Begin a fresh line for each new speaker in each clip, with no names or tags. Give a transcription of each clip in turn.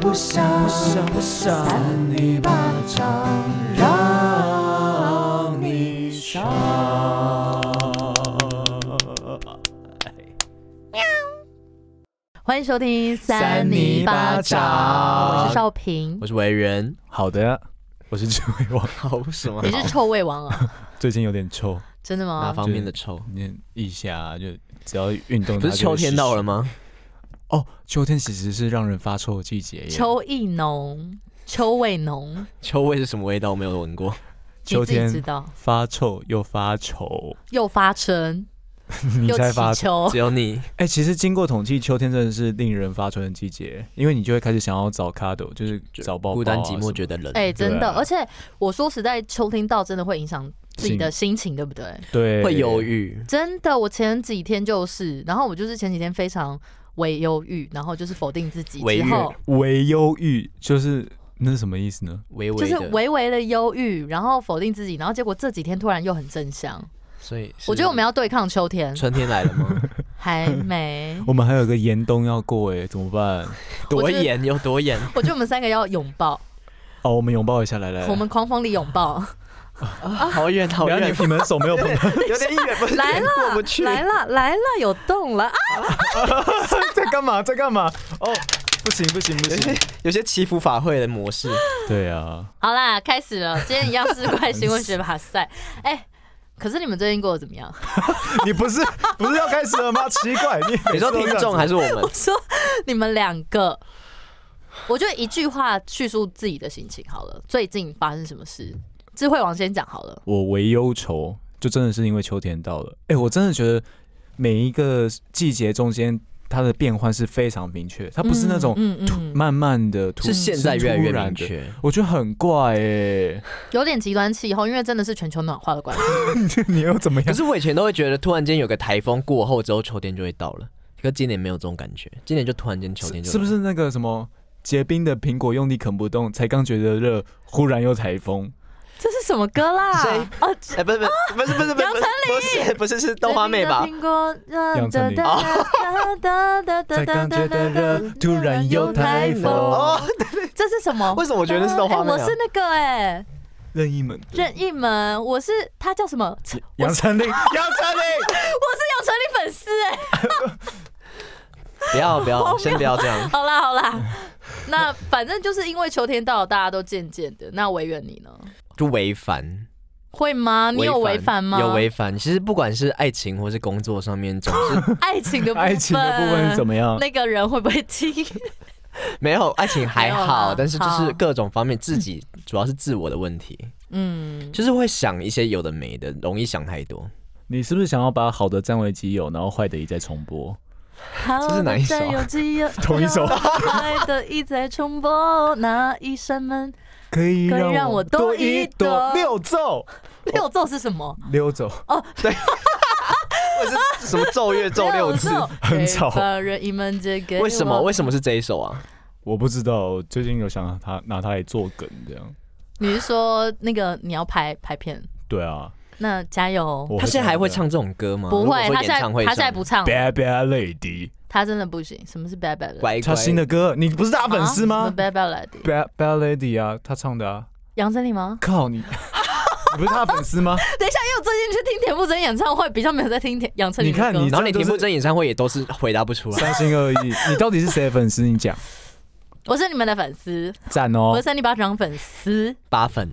不想不想扇你巴掌，让你伤。
欢迎收听《
三尼巴掌
我是少平，
我是维人，
好的呀，我是智慧王，
好什么
你是臭味王啊？
最近有点臭，
真的
哪
吗？
方面的臭？
你一下就只要运动，
不是秋天到了吗？
哦，秋天其实是让人发臭的季节耶。
秋意浓，秋味浓，
秋味是什么味道？我没有闻过。
秋
你自己知
天
道，
发臭又发愁，
又发春，
你
又
才
起
发
秋
只，有你
哎、其实经过统计，秋天真的是令人发春的季节，因为你就会开始想要找卡斗，就是找啊抱抱、
孤单寂寞，觉得冷。
哎、真
对
的，
啊
而且我说实在，秋天到真的会影响自己的心情，对不对？
对，
会犹。豫，
真的，我前几天就是，然后我就是前几天非常为忧郁，然后就是否定自己
微
之
悦
后，
为忧郁就是那是什么意思呢？
微
就
微
是
的。
微微的忧郁，然后否定自己，然后结果这几天突然又很正向，
所以是
我觉得我们要对抗秋天，
春天来 了吗？
还没。
我们还有个严冬要过哎，怎么办？
多严有多严？
我觉得我们三个要拥抱，
哦，我们拥抱一下，来来，
我们狂风里拥抱，
好远好
不要
远
你，你们手没有碰 到，
有点远，不 是
啊来啦
哎过不去。
来啦来啦，有动了啊！
在干嘛？在干嘛？哦，不行不行不
有
行
些！ 有些祈福法会的 模式，
对啊，
好啦，开始了，今天一样是怪新闻学把赛。 哎、可是你们最近过得怎么样？
你不是不是要开始了吗？奇怪，你
你说听众还是我 们
我？ 说你们两个，我就一句话叙述自己的心情好了。最近发生什么事？智慧王先讲好了。
我为忧愁，就真的是因为秋天到了。哎、我真的觉得每一个季节中间它的变换是非常明确，它不是那种
嗯嗯嗯
慢慢的突，
是现在越来越
突然
明
的。
确，
我觉得很怪哎、
有点极端气候，因为真的是全球暖化的关系。
你又怎么
可
样？
是我以前都会觉得，突然间有个台风过后之后，秋天就会到了。可今年没有这种感觉，今年就突然间秋天
是
就
是不
来
是那个什么结冰的苹果用力啃不动，才刚觉得热，忽然又台风？
这是什么歌啦
谁？
哦，
哎、不是不是不是不是不是
杨
不是不是是豆花妹吧？
苹果，
杨丞琳
哦
才刚觉得热，突然又台风。
哦，
这是什么？
为什么我觉得是豆花妹、啊
哎我是那个哎、
任意门，
任意门，我是他叫什么？我是
杨丞 琳，杨丞琳。
杨丞琳粉丝哎、
不要不要，先不要这样。
好啦好啦，那反正就是因为秋天到了，大家都渐渐的。那维远你呢？
就违反，
会吗？ 你有违反吗？
有违反。其实不管是爱情或是工作上面，总 是
爱情的部分
爱情的部分是怎么样？
那个人会不会听？
没有爱情还
没有啦
好，但是就
好
是各种方面，自己主要是自我的问题，
嗯，
就是会想一些有的没的，容易想太多。
你是不是想要把好的占为己有，然后坏的一再重播？
这
这是哪一首啊
同一 首
爱的一再重播，那一扇门？
可以
可以让让我我多多一一朵朵
溜走，
六奏哦是什么？
溜走，
或者是什么奏乐奏六次？
奏
很吵
把任意门借给我
为什么？为什么是这一首啊？
我不知道，我最近有想拿它拿它来做梗这样。
你是说那个你要拍拍片？
对啊，
那加油哦！
我
他现在还会唱这种歌吗？
不会，
呃如
他
果说
现
演
在
唱会
他现在
上
不唱了，
Bad Bad Lady，
他真的不行。什么是 bad bad 啊
乖乖
他新的歌，你不是他粉丝吗
？bad bad lady，
？Bad Bad Lady 啊，他唱的啊，
杨丞琳吗？
靠你， 你不是他粉丝 吗？
等一下，因为我最近去听田馥甄演唱会，比较没有在听田杨丞琳的
你看
歌
你
然后你
这样就是
田馥甄演唱会也都是回答不出来。
三心二意，你到底是谁的粉丝？你讲，
我是你们的粉丝，
赞
我
哦
是。三里巴掌粉丝。
八粉，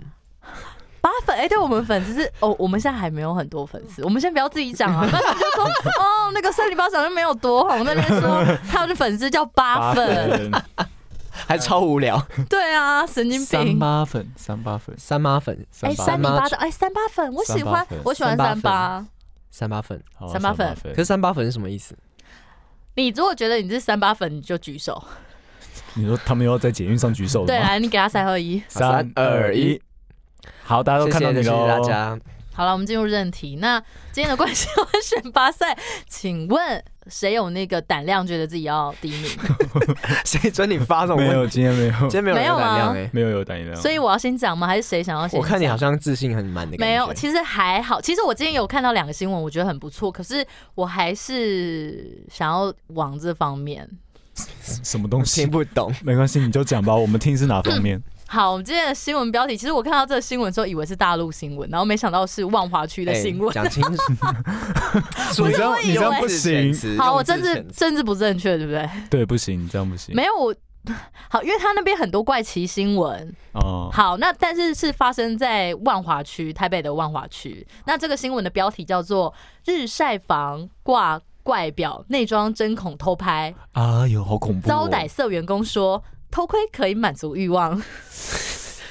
八粉哎、对我们粉丝是哦，我们现在还没有很多粉丝，我们先不要自己讲 啊，不然他们就说哦，那个三里巴掌又没有多红，在那 边说他的粉丝叫八粉，
还超无聊。
对啊，神经
三
病。
八粉，三八粉，
三八粉，
哎、
八
三里
八
巴掌，哎、三八粉，我喜
三八
欢
粉，
我喜欢三
三
八
八。三八粉。
好啊
三八粉
可是三八粉是什么意思？
你如果觉得你是三八粉，你就举手。
你说他们又要在捷运上举手了吗？
对，啊来，你给他三二一。
三二一，好，大家都
谢
看到
谢，
你
谢谢
喽。
大家。
好了，我们进入正题。那今天的冠军选 拔赛，请问谁有那个胆量觉得自己要第一名？
谁准你发这种
没有，
问题？
今天没有，
今天没有人
没有啊
有胆量
吗
哎。
没有有胆量。
所以我要先讲吗？还是谁想要先
我
讲？
看你好像自信很满的感觉。
没有，其实还好。其实我今天有看到两个新闻，我觉得很不错，可是我还是想要往这方面。
什么东西
听？不懂。
没关系，你就讲吧，我们听是哪方 面？
好，我们今天的新闻标题，其实我看到这个新闻之后，以为是大陆新闻，然后没想到是万华区的
哎
新闻。
讲清楚。
你
这样
用
你这样
不
字
行
遣词
好，
用
我
字
政治
遣词
政治不正确，对不对？
对，不行，这样不行。
没有我。好，因为他那边很多怪奇新闻。
哦，
好，那但是是发生在万华区，台北的万华区。那这个新闻的标题叫做“日晒房挂怪表，内装针孔偷拍，
哎呦，好恐怖、哦！
招待色员工说偷窥可以满足欲望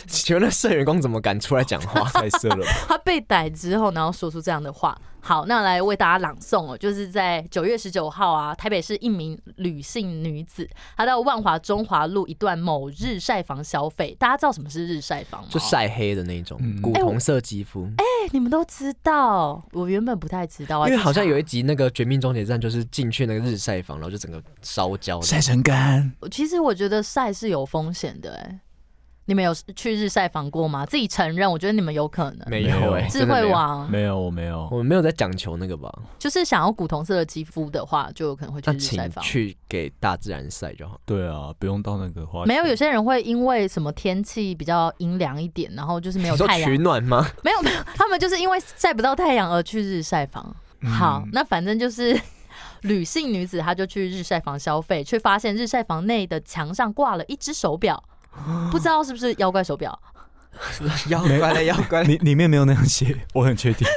请问那社员工怎么敢出来讲话？
太色 了吧，”。
他被逮之后，然后说出这样的话。好，那来为大家朗诵哦，就是在九月十九号啊，台北市一名女性女子，她到万华中华路一段某日晒房消费。大家知道什么是日晒房吗？
就晒黑的那种
嗯，
古
哎我
铜色肌肤。
你们都知道，哎我原本不太知道，
因为好像有
一，
一集那个《绝命终结站》，就是进去那个日晒房，然后就整个烧焦的。
晒成干。
其实我觉得晒是有风险的、哎，你们有去日晒房过吗？自己承认，我觉得你们有可能。
没有哎，
智慧
网，
王
没有，我没有。
我们没有在讲求那个吧？
就是想要古铜色的肌肤的话，就有可能会去
那
日晒
请
房。
去给大自然晒就好。
对啊，不用到那个花。
没有，有些人会因为什么天气比较阴凉一点，然后就是没有
你说
哎太阳
取，暖吗？
没有没有，他们就是因为晒不到太阳而去日晒房。
嗯
好，那反正就是。 女性女子她就去日晒房消费，却发现日晒房内的墙上挂了一只手表，不知道是不是妖怪手表。
妖怪了，妖 怪了！
里里面没有那样写，我很确定。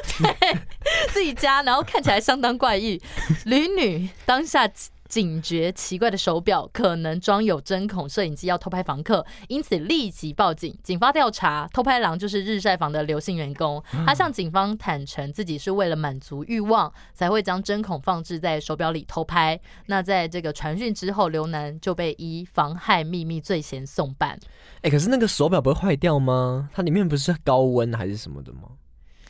自己家，然后看起来相当怪异。 旅女当下警觉奇怪的手表可能装有针孔摄影机，要偷拍房客，因此立即报警。警方调查，偷拍狼就是日晒房的刘姓员工，
嗯
他向警方坦诚自己是为了满足欲望才会将针孔放置在手表里偷拍。那在这个传讯之后，刘楠就被依妨害秘密罪嫌送办。
哎，可是那个手表不会坏掉吗？它里面不是高温还是什么的吗？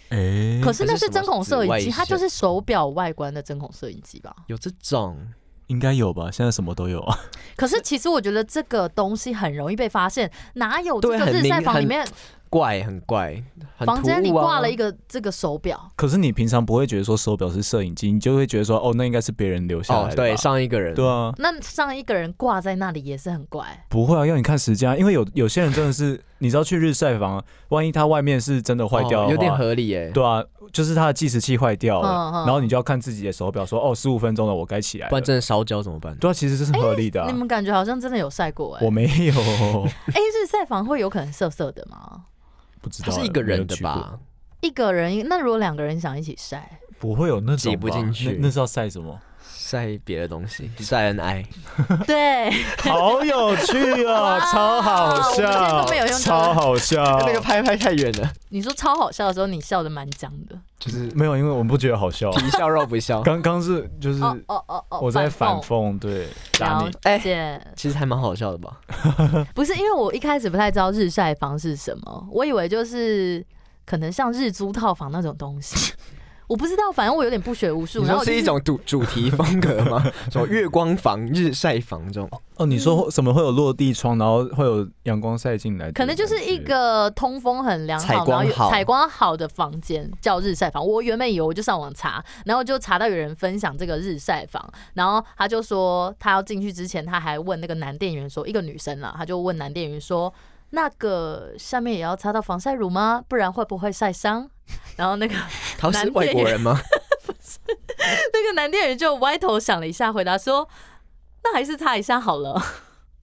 哎，
可是那
嗯还
是
是什么
针孔摄影
紫
机，
外
它就
线
是手表外观的针孔摄影机吧？
有这种
应该有吧？现在什么 都有啊。
可是其实我觉得这个东西很容易被发现，哪有这
对
个日晒房
很
里
明
面
怪，很怪，很
房间里
突兀啊
挂了一个这个手表？
可是你平常不会觉得说手表是摄影机，你就会觉得说哦，那应该是别人留下来
哦
的吧。，
对，上一个人
对啊，
那上一个人挂在那里也是很怪，
不会啊，要你看时间啊，因为有有些人真的是， 你知道去日晒房，万一它外面是真的坏掉的话、
哦有点合理哎。
对啊，就是它的计时器坏掉了，
嗯嗯
然后你就要看自己的手表说，哦，十五分钟了，我该起来
不
了
然。真的烧焦怎么办？
啊对啊，其实这是合理的、啊
哎你们感觉好像真的有晒过哎、
我没有，
哎、日晒房会有可能色色的吗？
不知道
它
欸。
是一个人的
没有去
吧？
一个人，那如果两个人想一起 晒，
过？不会有那种吧
挤不进去
那那是要晒什么？
晒别的东西，晒恩爱。
对，
好有趣哦，
哇
超好
我们今天
笑
都没有用到，
超好笑。
哎那个拍拍太远了，
你说超好笑的时候，你笑的蛮僵的。
就是
没有，因为我们不觉得好笑。
皮笑肉不笑。
刚刚是就是
哦哦哦哦，
我在反
讽。
讽，对，打
了
你。
解，
哎其实还蛮好笑的吧？
不是因为我一开始不太知道日晒房是什么，我以为就是可能像日租套房那种东 西，我不知道，反正我有点不学无术。
你
然后
说
我就是
一种主主题风格 吗？什么月光房、日晒房这种？
哦，你说什么会有落地窗，然后会有阳光晒进来？
嗯可能就是一。个通风很良好，
采光
然后有
好
采光好的房间叫日晒房。我原本以为我就上网查，然后就查到有人分享这个日晒房，然后他就说他要进去之前，他还问那个男店员说，一个女生啦，他就问男店员说。那个下面也要擦到防晒乳吗？不然会不会晒伤？然后那个
他是外国人吗？
那个男店员就歪头想了一下，回答说：“那还是擦一下好了。”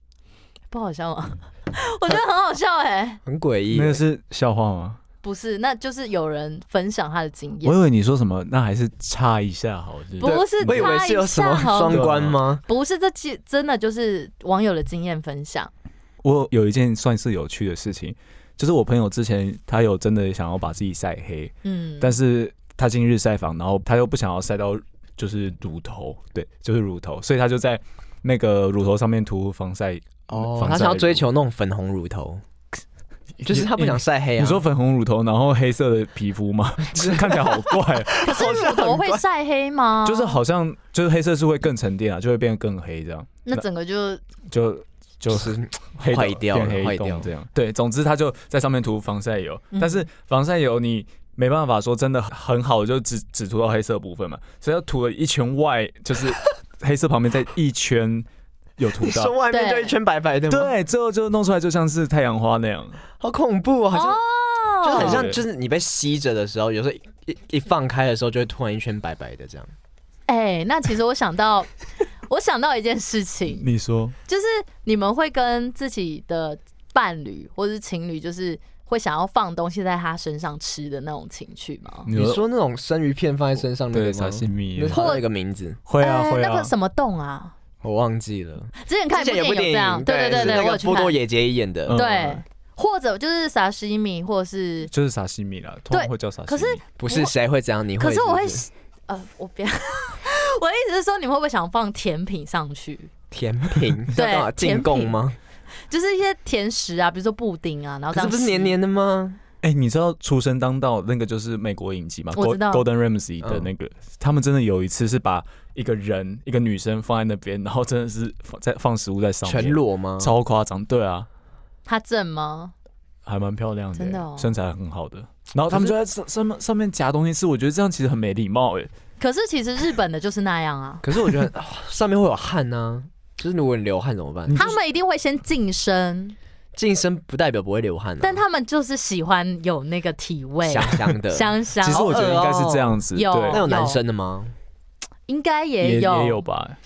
不好笑吗？ 我觉得很好笑哎、
很诡异
那。个是笑话吗？
不是，那就是有人分享他的经
我
验，
以为你说什么，那还是擦一下好，是不
不
是
是
我以为
擦
是有
一
什么
下好
双
了，
关吗？
不是这其真的就是网友的经验分享，
我有一件算是有趣的事情，就是我朋友之前他有真的想要把自己晒黑，
嗯，
但是他进日晒房，然后他又不想要晒到就是乳头，对，就是乳头，所以他就在那个乳头上面涂防晒。
哦
啊防，晒
他想要
乳
追求那种粉红乳头，就是他不想晒黑啊。
你说粉红乳头，然后黑色的皮肤吗？ 看起来好怪，哦
可是乳头会晒黑吗？
就是好像就是黑色是会更沉淀啊，就会变得更黑这样，
那整个就
就就
就是是
黑洞
坏掉了
变黑
坏掉
洞
了
这样。对，总之他就在上面涂防晒油，
嗯
但是防晒油你没办法说真的很好，就只只 涂到黑色部分嘛，所以他涂了一圈外，就是黑色旁边再一圈有涂
你
到
说。外面就
对
一圈白白的吗？，
对，最后就弄出来就像是太阳花那样，
好恐怖哦，好像
哦，
就很像，
对
就是你被吸着的时候，有时候一一一放开的时候，就会突然一圈白白的这样。
哎、那其实我想到， 我想到一件事情，
你说
就是你们会跟自己的伴侣或是情侣，就是会想要放东西在他身上吃的那种情趣吗？
你
你说那种生鱼片放在身上那
对
个吗
沙？西米
那它有一个名字，
会啊
呃
会
那
啊
个，什么洞啊？
我忘记了。
之前看一
之前
部
部
电影有
电
这样，
影，
对对
是
对，
那
我
个
有去
波多
看。
野结衣演的。
嗯
对，或者就是沙西米，或者是，
就是沙西米啦，通常会叫沙西米。
可是
不是谁会这样，你会。
可是我会
是不是，
呃，我不要。 我的意思是说，你们会不会想放甜品上去？
甜品，
对
要干嘛
甜
进
品
贡吗？
就是一些甜食啊，比如说布丁啊，然后这
可
样
是不是
吸
黏黏的吗？
哎、你知道《厨神当道》那个就是美国影集嘛
我知道
？Golden Ramsy
嗯
的那个、他们真的有一次是把一个人一个女生放在那边，然后真的是放在放食物在上面，
全裸吗？
超夸张。对啊，
它正吗？
还蛮漂亮的、
真的哦
身材很好的。然后他们就在上上面上面夹东西吃，我觉得这样其实很没礼貌哎、
可是其实日本的就是那样啊，
可是我觉得 啊上面会有汗呐，嗯就是啊如果你流汗怎么办
你？
他们一定会先晋升，
晋升不代表不会流汗啊，
但他们就是喜欢有那个体味，
香香的。
香香哦
其，实我觉得应该是这样子，
啊好恶哦
那
对，
有男生的吗？
应该
也
也
也有吧。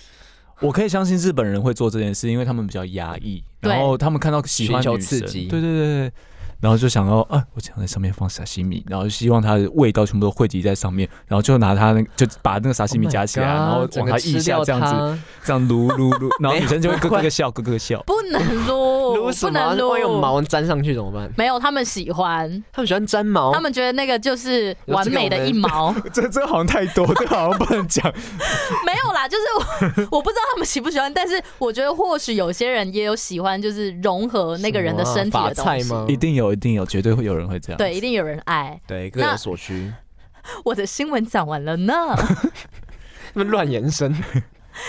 我可以相信日本人会做这件事，因为他们比较压抑，
对
然后他们看到喜欢
寻求
女生
刺激
对对对对，然后就想到啊，我想在上面放沙西米，然后希望它的味道全部都汇集在上面，然后就拿它那个就把那个沙西米
Oh my
夹起来
God，
然后
整
往
个
它
吃
腋下
掉
这样子，
它
这样撸撸撸，然后
没
女
有
生就会咯
不
咯
会
咯笑，咯咯咯笑。
不能撸，
撸
不
什么啊？
能
如
撸，
果用毛粘上去怎么办？
没有，他们喜欢，
他们喜欢粘毛，
他们觉得那个就是完美的一毛，
这这好像太多，这好像不能讲。
没有啦，就是我 我不知道他们喜不喜欢，但是我觉得或许有些人也有喜欢，就是融合那个人的身体
法
的东
菜
西，
吗？
一定有，一定有，绝对会有人会这样。
对，一定有人爱。
对，各
那
有所需。
我的新闻讲完了呢，
他们乱延伸，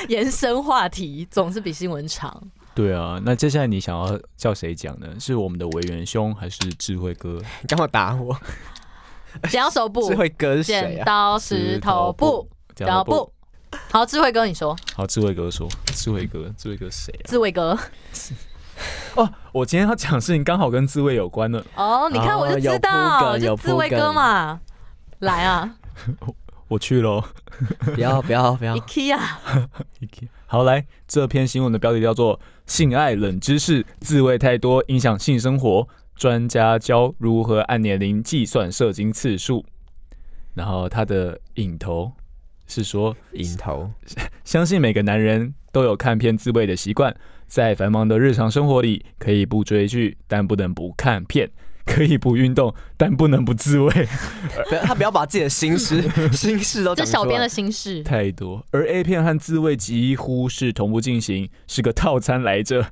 延伸话题总是比新闻长。
对啊，那接下来你想要叫谁讲呢？是我们的委员兄还是智慧哥？
你干嘛打我？
剪刀手布，
智慧哥是谁
剪
啊？
刀石头布，
剪
剪刀布。。好，智慧哥，你说，
好，智慧哥说，智慧哥，智慧哥谁啊？
智慧哥。
哦，我今天要讲的事情刚好跟智慧有关呢。
哦，你看
哦
我就知
有铺
道，
梗
就
有
智慧
铺梗
哥嘛。来啊
我去喽。
不要不要不要！
，IKEA，
好，来，这篇新闻的标题叫做《性爱冷知识：自慰太多影响性生活》，专家教如何按年龄计算射精次数。然后它的引头是说，
引头，
相信每个男人都有看片自慰的习惯，在繁忙的日常生活里，可以不追剧，但不能不看片；可以不运动，但不能不自慰。
不要他不要把自己的 心事心事都
这
讲
小
出
编的
来。
心事。
太多，而 A 片和自慰几乎是同步进行，是个套餐来着。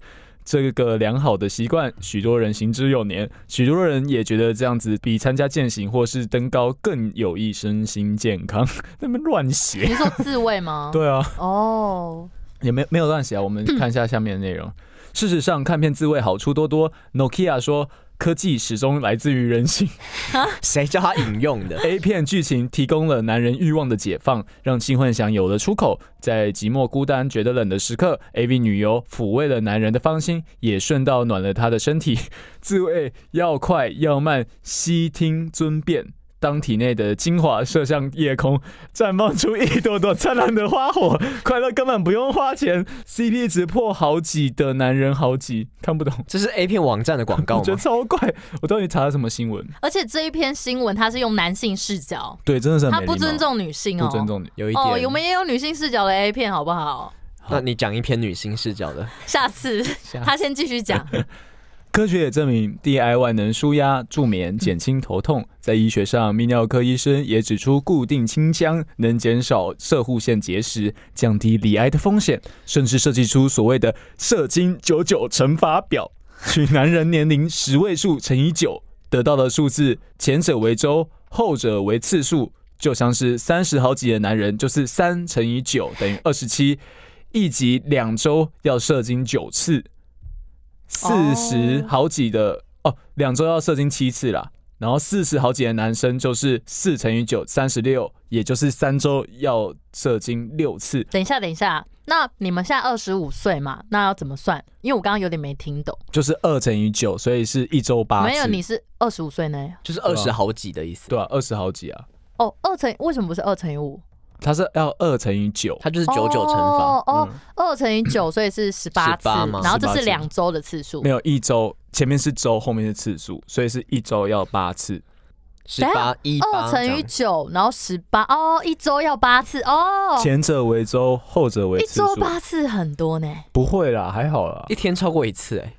这个良好的习惯，许多人行之有年，许多人也觉得这样子比参加健行或是登高更有益身心健康。那么乱写，
你说自慰 吗？
对啊，
哦，
也没没有乱写啊。我们看一下下面的内容。事实上，看片自慰好处多多。Nokia 说，科技始终来自于人性。
谁叫他引用的？
A 片剧情提供了男人欲望的解放，让性幻想有了出口。在寂寞、孤单、觉得冷的时刻，AV 女优抚慰了男人的芳心，也顺道暖了他的身体。自慰要快要慢，悉听尊便。当体内的精华射向夜空，绽放出一朵朵灿烂的花火，快乐根本不用花钱，CP 值破好几的男人好几，看不懂，
这是 A 片网站的广告
我觉得
吗？
超怪。我到底查了什么新闻？
而且这一篇新闻它是用男性视角，
对，真的是很
它
没
不
礼貌
尊，重女性哦，
不尊。重你。
有一
哦，我
点。
们也有女性视角的 A 片，好不好？
那你讲一篇女性视角的，
下次
下
他先继续讲，
科学也证明 DIY 能舒压、助眠、减轻头痛。在医学上，泌尿科医生也指出，固定清腔能减少射护腺结石，降低离癌的风险，甚至设计出所谓的“射精九九乘法表”，取男人年龄十位数乘以九，得到的数字，前者为周，后者为次数，就像是三十好几的男人，就是三乘以九等于二十七，一集两周要射精九次，四十
哦
好几的哦，两周要射精七次啦。然后四十好几的男生就是四乘以九，三十六，也就是三周要射精六次。
等一下，等一下。那你们现在二十五岁嘛，那要怎么算？因为我刚刚有点没听懂，
就是二乘以九，所以是一周八次。
没有，你是二十五岁呢？
就是
啊
二十好几的意思。
对啊，二十好几啊，
哦，二乘以为什么不是二乘以五？
它是要二乘以九。
它就是九九乘法，
哦哦，二乘以九，所以是十八次，
18吗
然后这
18
是
次
两周的次数
没。有一周，前面是周，后面是次数，所以是一周要八次。
十八一
二
八
乘以九，然后十八哦，一周要八次哦，
前者为周，后者为
一
次
周
数。
八次很多呢。
不会啦，还好啦
一。天超过一次，哎，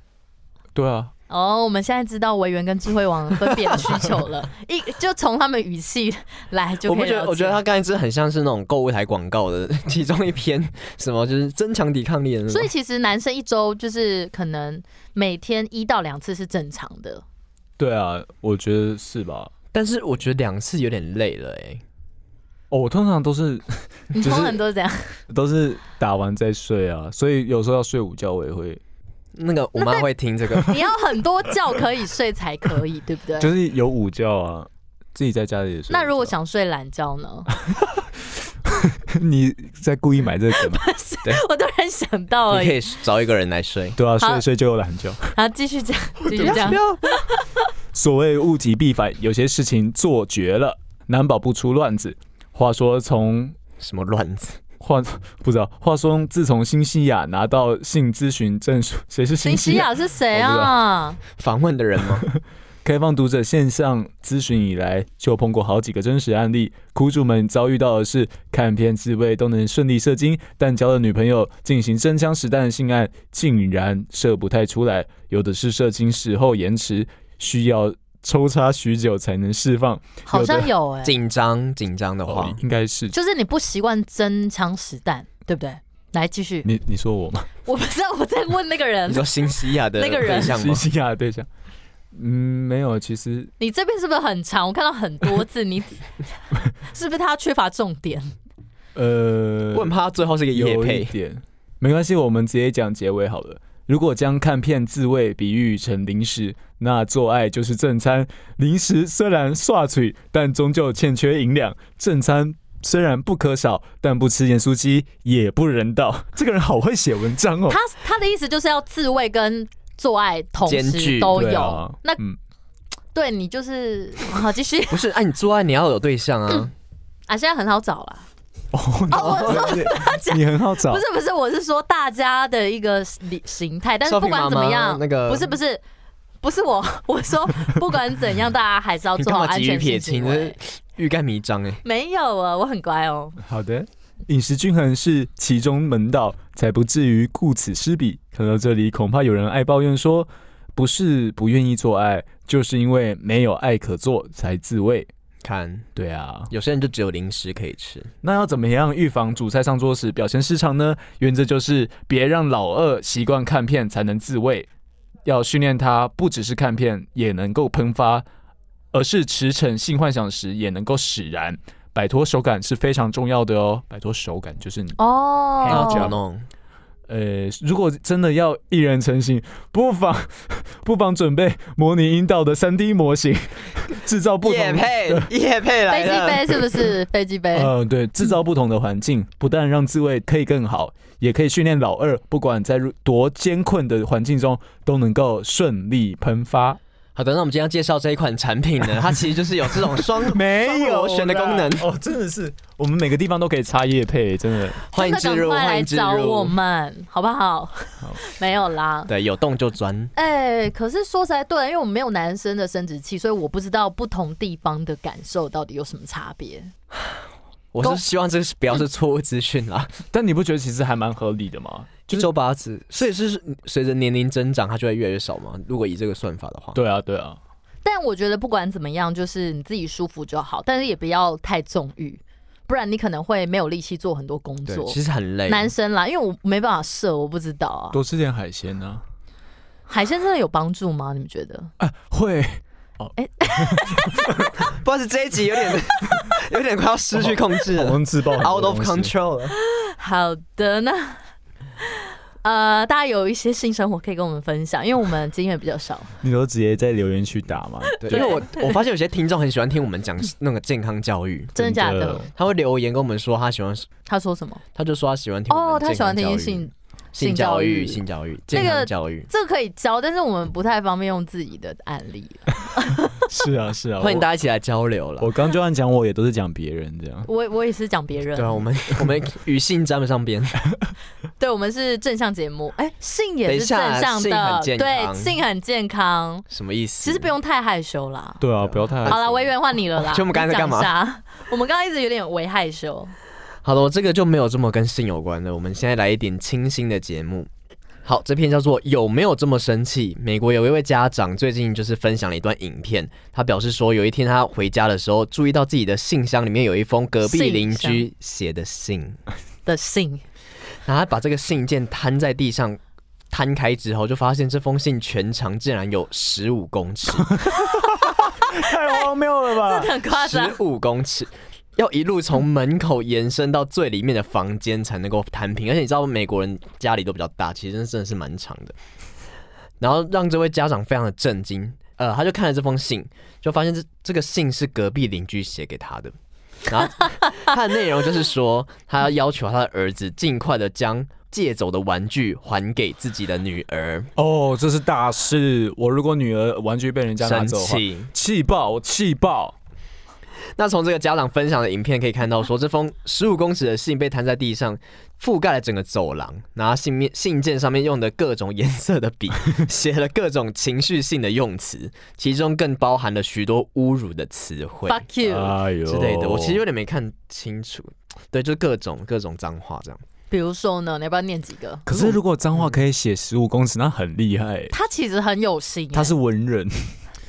对啊，
哦，我们现在知道维园跟智慧王分别的需求 了，一就从他们语气来就
我
可
不
以
觉
了
得，
解。
我觉得它刚才真的很像是那种购物台广告的 其中一篇，什么就是增强抵抗力的那种。
所以其实男生一周就是可能每天一到两次是正常的，
对啊，我觉得是吧？
但是我觉得两次有点累了，哎，
哦，我通常都是
你
就是
通常都是这样。
都是打完再睡啊，所以有时候要睡午觉，我也会，
那个我妈会听这 个，
你要很多觉可以睡才可以，对不对？
就是有午觉啊，自己在家里也睡午觉。
那如果想睡懒觉呢？
你在故意买这个 梗吗？
我突然想到而
你可
已。
以找一个人来睡。
对啊，睡
好
一睡就有懒觉。
然后继续讲，继续讲。
所谓物极必反，有些事情做绝了，难保不出乱子。话说从
什么乱子？
话 不知道，话说自从新西亚拿到性咨询证书， 谁是
秦
新
西
西亚？
雅是谁啊？
访问的人 吗？
哎
开放读者线上咨询以来，就碰过好几个真实案例，苦主们遭遇到的是看片自慰都能顺利射精，但交了女朋友进行真枪实弹的性爱，竟然射不太出来，有的是射精时后延迟，需要抽插许久才能释放。
好像有哎、
紧张紧张的话
哦，，应该是
就是你不习惯真枪实弹，对不对？来继续，
你你说我吗？
我不知道我在问那个人
你，说新西亚的
那个人
对象
新
吗？
西亚的啊对象？嗯，没有，其实
你这边是不是很长？我看到很多字，你 是不是他缺乏重点？
哦
呃，
我很怕他最后是一个夜
有一
配，
点，没关系，我们直接讲结尾好了。如果将看片自慰比喻成零食，那做爱就是正餐。零食虽然刷嘴，但终究欠缺营养；正餐虽然不可少，但不吃盐酥鸡也不人道。这个人好会写文章哦
他。他的意思就是要自慰跟做爱同
兼
时
具
都
对
有。
啊
那
嗯，
对你就是好继续
不是？哎，你做爱你要有对象啊，
啊，现在很好找啦。哦
你很好找
哦
不是不是，我是说大家的一个形形态，但是
少
不
平
管
妈
怎么
妈
样，
那个
不是不是。不是我， 我说不管怎样，大家还是要
你
做
干
好
嘛
安
急于
全性
撇
行
清？
为
这。欲盖弥彰哎。
没有啊，我很乖哦。
好的，饮食均衡是其中门道，才不至于顾此失彼。看到这里，恐怕有人爱抱怨说，不是不愿意做爱，就是因为没有爱可做才自慰。
看，
对啊，
有些人就只有零食可以吃，
哦
那要怎么样预防主菜上桌时表现失常呢？原则就是别让老二习惯看片才能自慰，要训练他不只是看片也能够喷发，而是驰骋性幻想时也能够使然。摆脱手感是非常重要的哦，摆脱手感就是你
哦，
还要怎么弄？
呃，如果真的要一人成型，不妨 不妨准备模拟阴道的三 D 模型， 制造不
夜
同。
配，夜配
飞
来
机
了。
杯是不 是飞机杯？
呃，对，
嗯
制造不同的环境，不但让自慰可以更好，也可以训练老二，不管在如多艰困的环境中，都能够顺利喷发。
好的，那我们今天要介绍这一款产品呢，它其实就是有这种双
没
有啦
有旋哦，真的是，我们每个地方都可以插叶配，真的。
欢迎
真
植
的赶
入，
快
欢
来
迎植
找我
入。
们，好不好？ 没有啦。
对，有洞就钻。
哎、可是说实在，对，因为我们没有男生的生殖器，所以我不知道不同地方的感受到底有什么差别。
我是希望这是不要是错误资讯啦。
但你不觉得其实还蛮合理的吗？
一周八次，所以是嗯随着年龄增长，它就会越来越少吗？如果以这个算法的话，
对啊，对啊，
但我觉得不管怎么样，就是你自己舒服就好，但是也不要太纵欲，不然你可能会没有力气做很多工
对，
作。
其实哎很累。
男生啦，因为我没办法射，我不知道啊。
多吃点海鲜啊呢、
海鲜真的有帮助吗？你们觉得？
会
不好意思，这一集有 点有点快要失去控制
我
了
们自爆很多
，out of
东西
control 了。
好的呢， 呃，大家有一些性生活可以跟我们分享，因为我们经验比较 少。
你都直接在留言区打嘛？
对，因为我我发现有些听众很喜欢听我们讲那个健康教育，
真的假的？
他会留言跟我们说他喜欢，
他说什么？
他就说他喜欢听我
哦，
们
他
健
喜欢
康教
听
育
性
性
教
教育、性教育、健
那个
康教育。
这个可以教，但是我们不太方便用自己的案例啊。
是啊，是啊。
欢迎大
家。
家一起来交流了。
我刚就算讲我也都是讲别人这样。
我我也是讲别人，
对啊，我们我们与性沾不上边，
对我们是正向节目，哎，性也
等一
是
下
正向
性
的，
很健
对，
康
性很健康。
什么意思？
其实不用太害羞啦。
对啊，不要太
好啦，委员换你了啦。
就我们刚才在干嘛
你讲一下？我们刚刚一直有点微害羞。
好的，我这个就没有这么跟性有关的。我们现在来一点清新的节目。好，这篇叫做《有没有这么生气》。美国有一位家长最近就是分享了一段影片，他表示说，有一天他回家的时候，注意到自己的信箱里面有一封隔壁邻居写的信，
的性，
然后他把这个信件摊在地上。摊开之后，就发现这封信全长竟然有十五公尺，
太荒谬了 吧？
很夸
十
张。
五公尺，要一路从门口延伸到最里面的房间才能够摊平。而且你知道，美国人家里都比较大，其实真的是蛮长的。然后让这位家长非常的震惊，呃，他就看了这封信，就发现这这个信是隔壁邻居写给他的。然后他的内容就是说，他要求他的儿子尽快的将借走的玩具还给自己的女儿。
哦，这是大事！我如果女儿玩具被人家拿
生
走的话，
气，
气爆，气爆！
那从这个家长分享的影片可以看到说，这封十五公尺的信被摊在地上，覆盖了整个走廊。然后信面信件上面用的各种颜色的笔，写了各种情绪性的用词，其中更包含了许多侮辱的词汇
Fuck you。
哎呦
之类的。我其实有点没看清楚，对，就各种各种脏话这样。
比如说呢，你要不要念几个？
可是如果脏话可以写十五公尺，那很厉害
嗯
欸。
他其实很有心欸，
他是文人。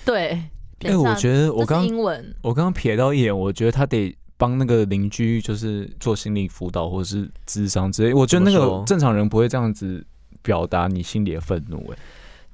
对。
哎，我
得
觉得我刚
英文
我刚刚瞥到一眼，我觉得他得帮那个邻居，就是做心理辅导或者是智商之类。我觉得那
怎么
个
说
正常人不会这样子表达你心里的愤怒、哎，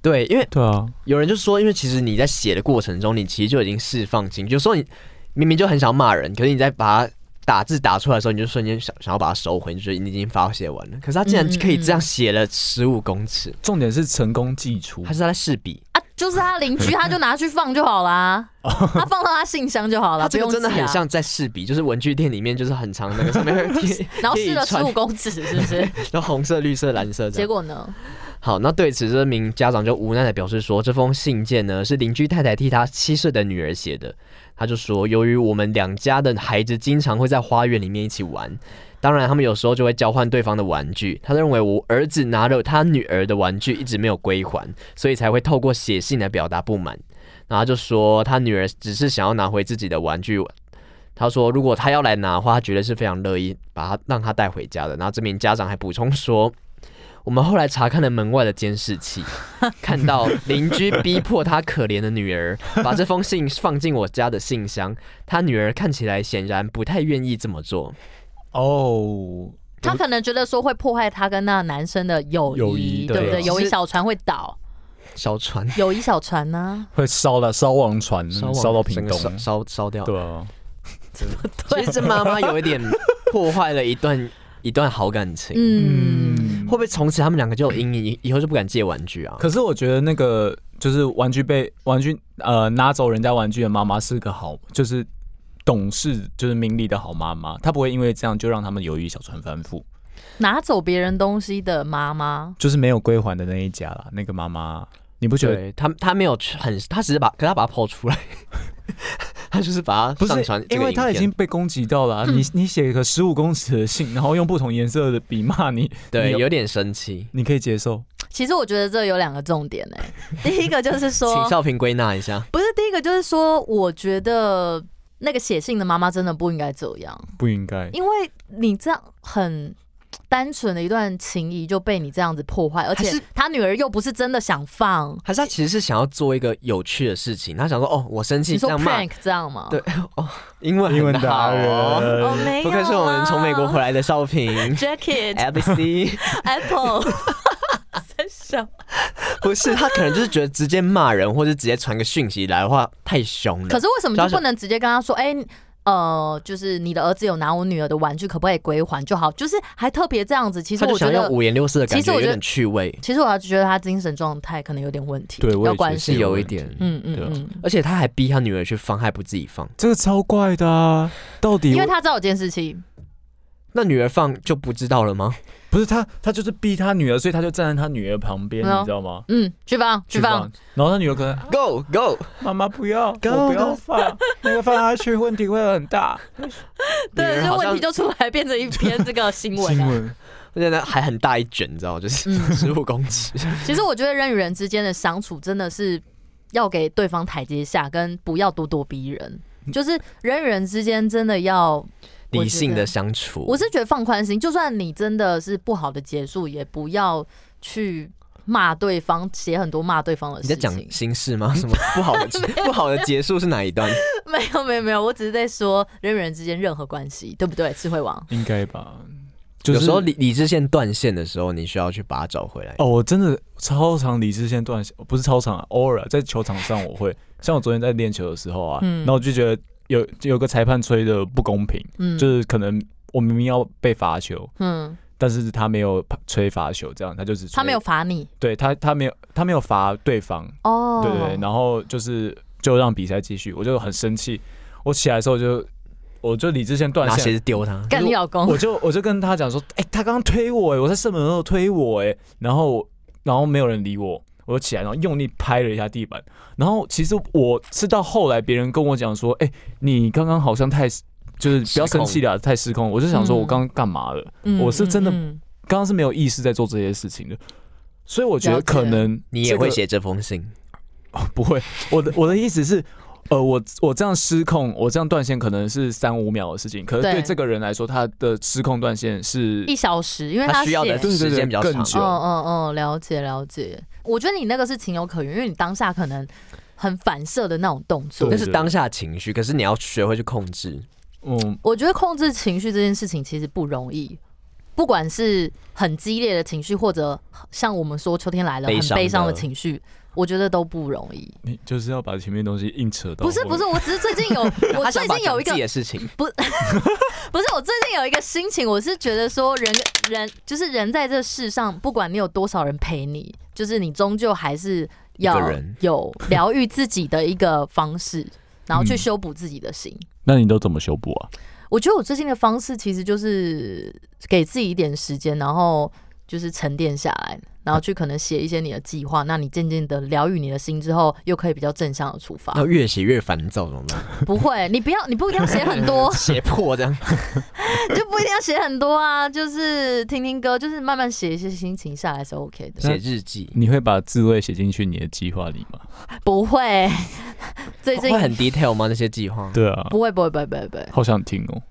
对，因为
对啊，
有人就说，因为其实你在写的过程中，你其实就已经释放情绪，就说你明明就很想骂人，可是你在把它打字打出来的时候，你就瞬间想想要把它收回，你就觉得你已经发泄完了。可是他竟然
嗯嗯
可以这样写了十五公尺，
重点是成功寄出
还。是他在试笔？
啊，就是他邻居，他就拿去放就 好啦，他放到他信箱就好了，
他
不
这个
用
真的
寄
很
啊。
像在试笔，就是文具店里面就是很长那个上面会贴
然后
贴
试
一
了十
串
五公尺，是 不是？
然后红色、绿色、蓝色这
结
样。
果呢？
好，那对此这名家长就无奈的表示说，这封信件呢是邻居太太替他七岁的女儿写的。他就说，由于我们两家的孩子经常会在花园里面一起玩，当然他们有时候就会交换对方的玩具。他认为我儿子拿了他女儿的玩具一直没有归还，所以才会透过写信来表达不满。然后他就说，他女儿只是想要拿回自己的玩具。他说，如果他要来拿的话，他绝对是非常乐意把他让他带回家的。然后这名家长还补充说，我们后来查看了门外的监 视器，看到邻居逼迫他可怜的女儿把这封信放进我家的信箱。他女儿看起来显然不太愿意这么做。
哦，
他可能觉得说会破坏他跟那男生的友谊，
友谊
对不
对
对？
啊
友谊
是
小船会倒，
小船
友谊小船呢、
会烧了烧往船，
烧
嗯烧到屏
整个
东。
烧烧烧掉。
对啊，
其实这妈妈有一点破坏了一段一段好感情，
嗯，
会不会从此他们两个就有阴影，以以后就不敢借玩具啊？
可是我觉得那个就是玩具被玩具呃拿走人家玩具的妈妈是个好，就是懂事就是明理的好妈妈，她不会因为这样就让他们友谊小船翻覆，
拿走别人东西的妈妈，
就是没有归还的那一家啦。那个妈妈，你不觉得？
对他，他没有很，他只是把，可是他把它抛出来， 他就是把
不
它
是
上传，这
因
个
为
影
她已
片
经被攻击到 了啊、你你写一个十五公尺的信，然后用不同颜色的笔骂你，
对
你有
有点生气。
你可以接受？
其实我觉得这有两个重点哎、第一个就是
请
说，
少平归纳一下。
不是第一个就是说，我觉得那个写信的妈妈真的不应该这样，
嗯
不应该。
因为你这样很。单纯的一段情谊就被你这样子破坏，而
还
且
是
他女儿又不是真的想放，
还是他其实是想要做一个有趣的事情，他想说哦，我生气
你
这
说
样骂
prank 这样吗？
对英文
英文
很好
达
哦，
哦，
人，
没有
不
啦，
愧是我们从美国回来哎的 少平
啊 jacket
ABC，
Apple，三小
嗯不是他可能就是觉得直接骂人或者直接传个讯息来的话太凶了
可。是为什么就不能直接跟他说，哎、呃，就是你的儿子有拿我女儿的玩具，可不可以归还就好？就是还特别这样子。其实
他就
我觉
想用
得，
五颜六色的感
其实
觉，
我
有
觉得
点趣味，
其实我还觉得他精神状态可能有点问题，
对，我
要
也觉
关
得
心。
是有
问
一
题
点
嗯嗯
对啊
嗯，
而且他还逼他女儿去放，他还不自己放。
这个超怪的啊！到底
因为
我
他知道有件事情，
那女儿放就不知道了吗？
不是他，他就是逼他女儿，所以他就站在他女儿旁边，
没有
你知道吗？
嗯，去放去放，
放，然后他女儿可能
啊
Go go！
妈妈不要，
Go,
我不
go
要放，那个放下去问题会很大。
对，所
女儿
以
好
问
像
题就出来变成一篇这个 新闻
新
啊。
闻
而且呢还很大一卷，你知道，就是
嗯
十五公尺。
其实我觉得人与人之间的相处真的是要给对方台阶下，跟不要咄咄逼人。就是人与人之间真的要，我觉得
理性的相处，
我是觉得放宽心，就算你真的是不好的结束，也不要去骂对方，写很多骂对方的
你
事
在
情。
讲心事吗？ 什么不好 的不好的结束是哪一段？
没有没有没有，我只是在说人与人之间任何关系，对不对？智慧王，
应该吧？就是
有时候理理智线断线的时候，你需要去把它找回来。
哦，我真的超常理智线断线，不是超常、啊，偶尔啊、在球场上我会，像我昨天在练球的时候啊，
嗯
然后我就觉得有有个裁判吹的不公平，
嗯，
就是可能我明明要被罚球，
嗯，
但是他没有吹罚球，这样他就只吹
他没有罚你
对他他没有他没有罚对方，
哦，
对对，对然后就是就让比赛继续，我就很生气，我起来的时候就我就理智线断
拿鞋
线，
子丢他，
干你老公
我，就我就跟他讲说，哎、他刚刚推我、哎，我在射门的时候推我、哎，然后然后没有人理我，我就起来，然后用力拍了一下地板，然后其实我是到后来别人跟我讲说，哎、你刚刚好像太就是不要
失控
生气了，太失控，我就想说
嗯
我刚刚干嘛了？
嗯
我是真的
嗯
刚刚是没有意识在做这些事情的，所以我觉
了
得
解
可能
你也
这个
会写这封信。
不会，我的我的意思是，呃，我我这样失控，我这样断线可能是三五秒的事情，可是
对
对这个人来说，他的失控断线是
一小时，因为
他
他
需要的
写
对对
时
对
间比较
更
长
久。
嗯嗯嗯，了解了解。我觉得你那个是情有可原，因为你当下可能很反射的那种动作
对
那。是当下情绪，可是你要学会去控制。
嗯，
我觉得控制情绪这件事情其实不容易，不管是很激烈的情绪，或者像我们说秋天来了
悲
很
伤的
悲伤的情绪，我觉得都不容易。
你就是要把前面东西硬扯到。
不是不是，，我只是最近有，我最
他想把
近有一
自
个
己的事情，
不是，我最近有一个心情，我是觉得说人，人就是人在这世上，不管你有多少人陪你，就是你终究还是要
一个人
有疗愈自己的一个方式，然后去
嗯
修补自己的心。
那你都怎么修补啊？
我觉得我最近的方式其实就是给自己一点时间，然后就是沉淀下来，然后去可能写一些你的计划。那你渐渐的疗愈你的心之后，又可以比较正向的出 发。
然后越写越烦躁，怎么办？
不会，你不要，你不一定要写很多，
写 破这样。
就不一定要写很多啊，就是听听歌，就是慢慢写一些心情下来是 OK 的。
写日记，
你会把自慰写进去你的计划里吗？
不 会，最近
会很 detail 吗？那些计划？
对啊，
不会不会不会不会不会，
好想听哦。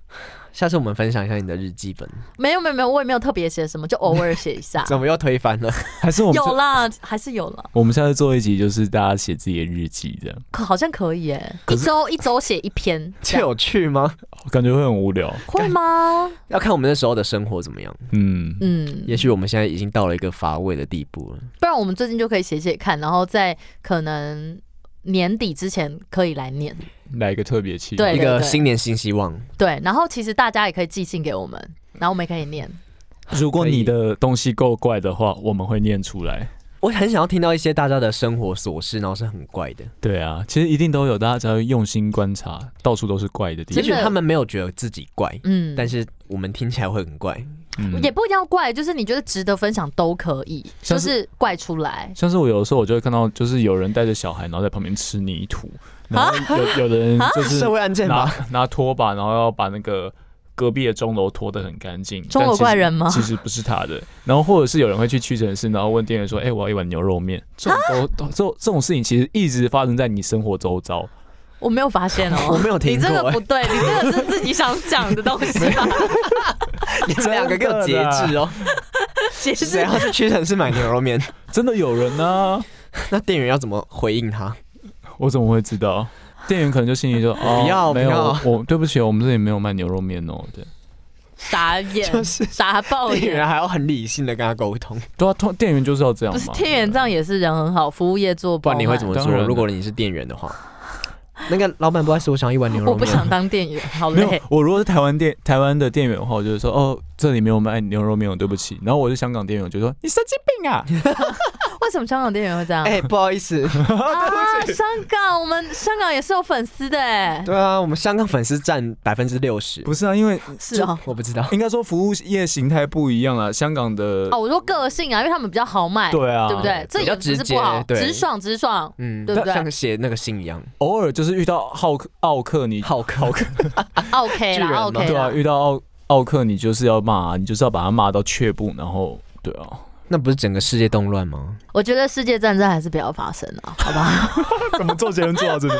下次我们分享一下你的日记本。。
没有没有没有，我也没有特别写什么，就偶尔写一下
怎么又推翻了？
还是我们
有
下
啦，还是有啦，
我们下次做一集，就是大家写自己的日记，这样
可好像可以耶，
可
一
是
周一周写一 篇，这
这
样
有趣吗？
感觉会很无聊。
会吗？
要看我们那时候的生活怎么样。
嗯，
嗯，
也许我们现在已经到了一个乏味的地步了。
不然我们最近就可以写写看，然后在可能年底之前可以来念。
来一个特别期，
对
一个新年新希望，
对，然后其实大家也可以寄信给我们，然后我们也可以念。
如果你的东西够怪的话，我们会念出来。
我很想要听到一些大家的生活琐事，然后是很怪的。
对啊，其实一定都有，大家只要用心观察，到处都是怪的地
也
方
真。
许
的
他们没有觉得自己怪，
嗯，
但是我们听起来会很怪。
嗯
也不一定要怪，就是你觉得值得分享都可以，就
像是
是怪出来。
像是我有的时候，我就会看到，就是有人带着小孩，然后在旁边吃泥土，然后有有的人就是
社会案件吧？
拿拿拖把，然后要把那个隔壁的钟楼拖得很干净。
钟
但
楼
其实
怪人吗
其实不是他的。然后或者是有人会去屈臣氏，然后问店员说：“哎、我要一碗牛肉面。”这种都都这种这种事情其实一直发生在你生活周遭。
我没有发现哦、
我没有听
你这个
过欸
不对，你这个是自己想讲的东西啊 吧？
你们两个给我节制哦！
其
谁
实
要去屈臣氏买牛 肉面？
真的有人啊呢、
那店员要怎么回应他？
我怎么会知道？店员可能就心里 说：“哦，
不要
没
不
有
要，
我对不起，我们这里没有卖牛肉面哦。”对，
傻眼，
就是
傻爆
店员
眼。
还要很理性的跟他沟通，
对啊，通店员就是要这样
不
嘛。
是店员这样也是人很好，服务业做啊爆
不哦然
满
你会怎么
当
做
然？了
如果你是店员的话，那个老板不好意思，我想要一碗牛肉
我
面。啊
不想当店员，好
没有
累。，
我如果是台湾店台湾的店员的话，我就是说哦，这里没有卖牛肉面，哦我对不起。然后我是香港店员，我就说你神经病啊！
为什么香港店员会这样？
哎、不好 意思，
啊，香港，我们香港也是有粉丝的哎、
对啊，我们香港粉丝占百分之六十，
不是啊，因为
是哦。
我不知道。
应该说服务业形态不一样啊，香港的
哦，我说个性啊，因为他们比较豪迈，
对啊，
不对？这
比
也
较
不是
直
不好，
接对
直爽直爽。
嗯，
对不对
像写那个信一样，
偶尔就是遇到好客奥客，你
好客，好客，
OK
巨人
啦
嘛
，OK
对啊，
啦。
遇到奥奥客你就是要骂啊，你就是要把他骂到却步，然后对啊，
那不是整个世界动乱吗？
我觉得世界战争还是不要发生了， 好吧？
怎么做节能做到这里？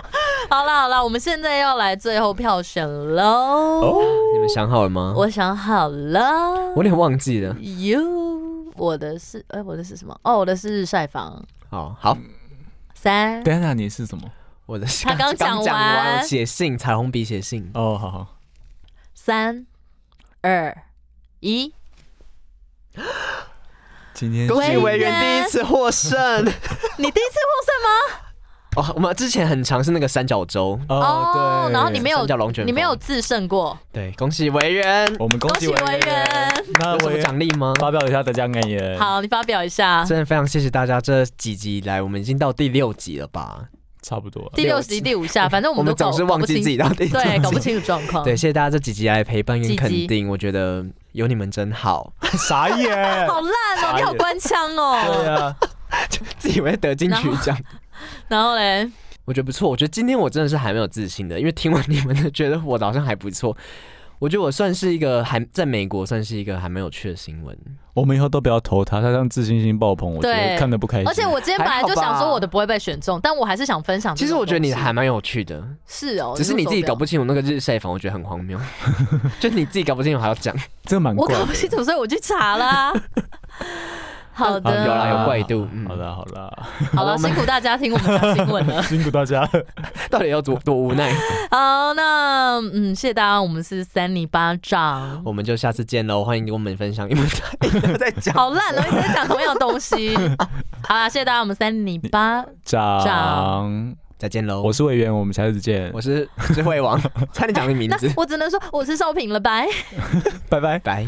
好啦好啦，我们现在要来最后票选喽。
你们想好了吗？
我想好了
我有点忘记了。
，You，我的是哎、我的是什么？哦，我的是日晒房
好好，
三。
等一下你是什么？
我的
他刚讲
讲完，
完
我写信，彩虹笔写信。
哦，好好，
三、二、一，
今天
恭喜
喂
委员第一次获胜
你第一次获
哦！我们之前很尝试那个三角洲，
胜吗？
哦对，
然后你没有
三角龙卷，风
你没有自胜过，
对，恭喜委员。
我们恭
恭喜文员。
那
有什
我
么
也
奖励吗？
发表一下大家感言。
好，你发表一下。
真的非常谢谢大家，这几集以来，我们已经到第六集了吧？
差不多啊。
第六集、第五 下，反正我
我
们
们
都搞
总是忘记自己到底
搞不清对，搞不 清楚状况。
对，谢谢大家这几集来陪伴
几
跟
集
肯定，我觉得有你们真好，
傻眼。
好烂哦、
傻眼
你好官腔
对
哦、
啊，
自以为得金曲奖，
然后嘞，
我觉得不错。我觉得今天我真的是还没有自信的，因为听完你们的，觉得我的好像还不错。我觉得我算是一个还在美国算是一个还蛮有趣的新闻，
我们以后都不要投他，他让自信心爆棚，我觉
对
得看得不开心。
而且我今天本来就想说我的不会被选中，但我还是想分享这
其
种
实我
东西。
觉得你还蛮有趣的，
是哦、
只是你自己搞
不
不清楚那个日晒房，我觉得很荒 谬，就你自己搞不清楚还要讲，
这个蛮
我
怪
搞
的
不。清楚，所以我去查 啦。好
啊 有啦
的，
有怪度嗯
好啦好啦，
好
好
了，
我们
辛苦大家听我们讲新闻 了。
辛苦大家了。
到底要多多无奈？
好，那嗯，谢谢大家，我们是三里巴 掌。
我们就下次见喽，欢迎跟我们分享，因为他一 直在讲。
好烂了，一直在讲同样的东西。 好啦，谢谢大家，我们三里巴
长
长，
再见喽！
我是委员，我们下次见
我， 是智慧王，差点讲你名
那
字，
我只能说我是少平了，拜。
拜拜。
拜。